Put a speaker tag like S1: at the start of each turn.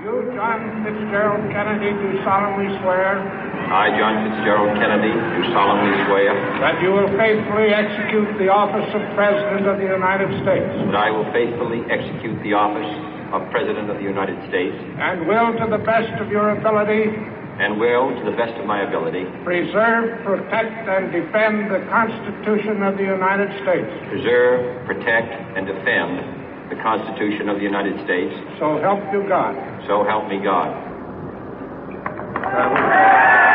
S1: You, John Fitzgerald Kennedy, do solemnly swear
S2: I, John Fitzgerald Kennedy, do solemnly swear
S1: that you will faithfully execute the office of President of the United States
S2: that I will faithfully execute the office of President of the United States
S1: and will, to the best of your ability,
S2: and will, to the best of my ability,
S1: preserve, protect, and defend the Constitution of the United States.
S2: preserve, protect, and defend the Constitution of the United States.
S1: So help you God.
S2: So help me God.
S1: That was-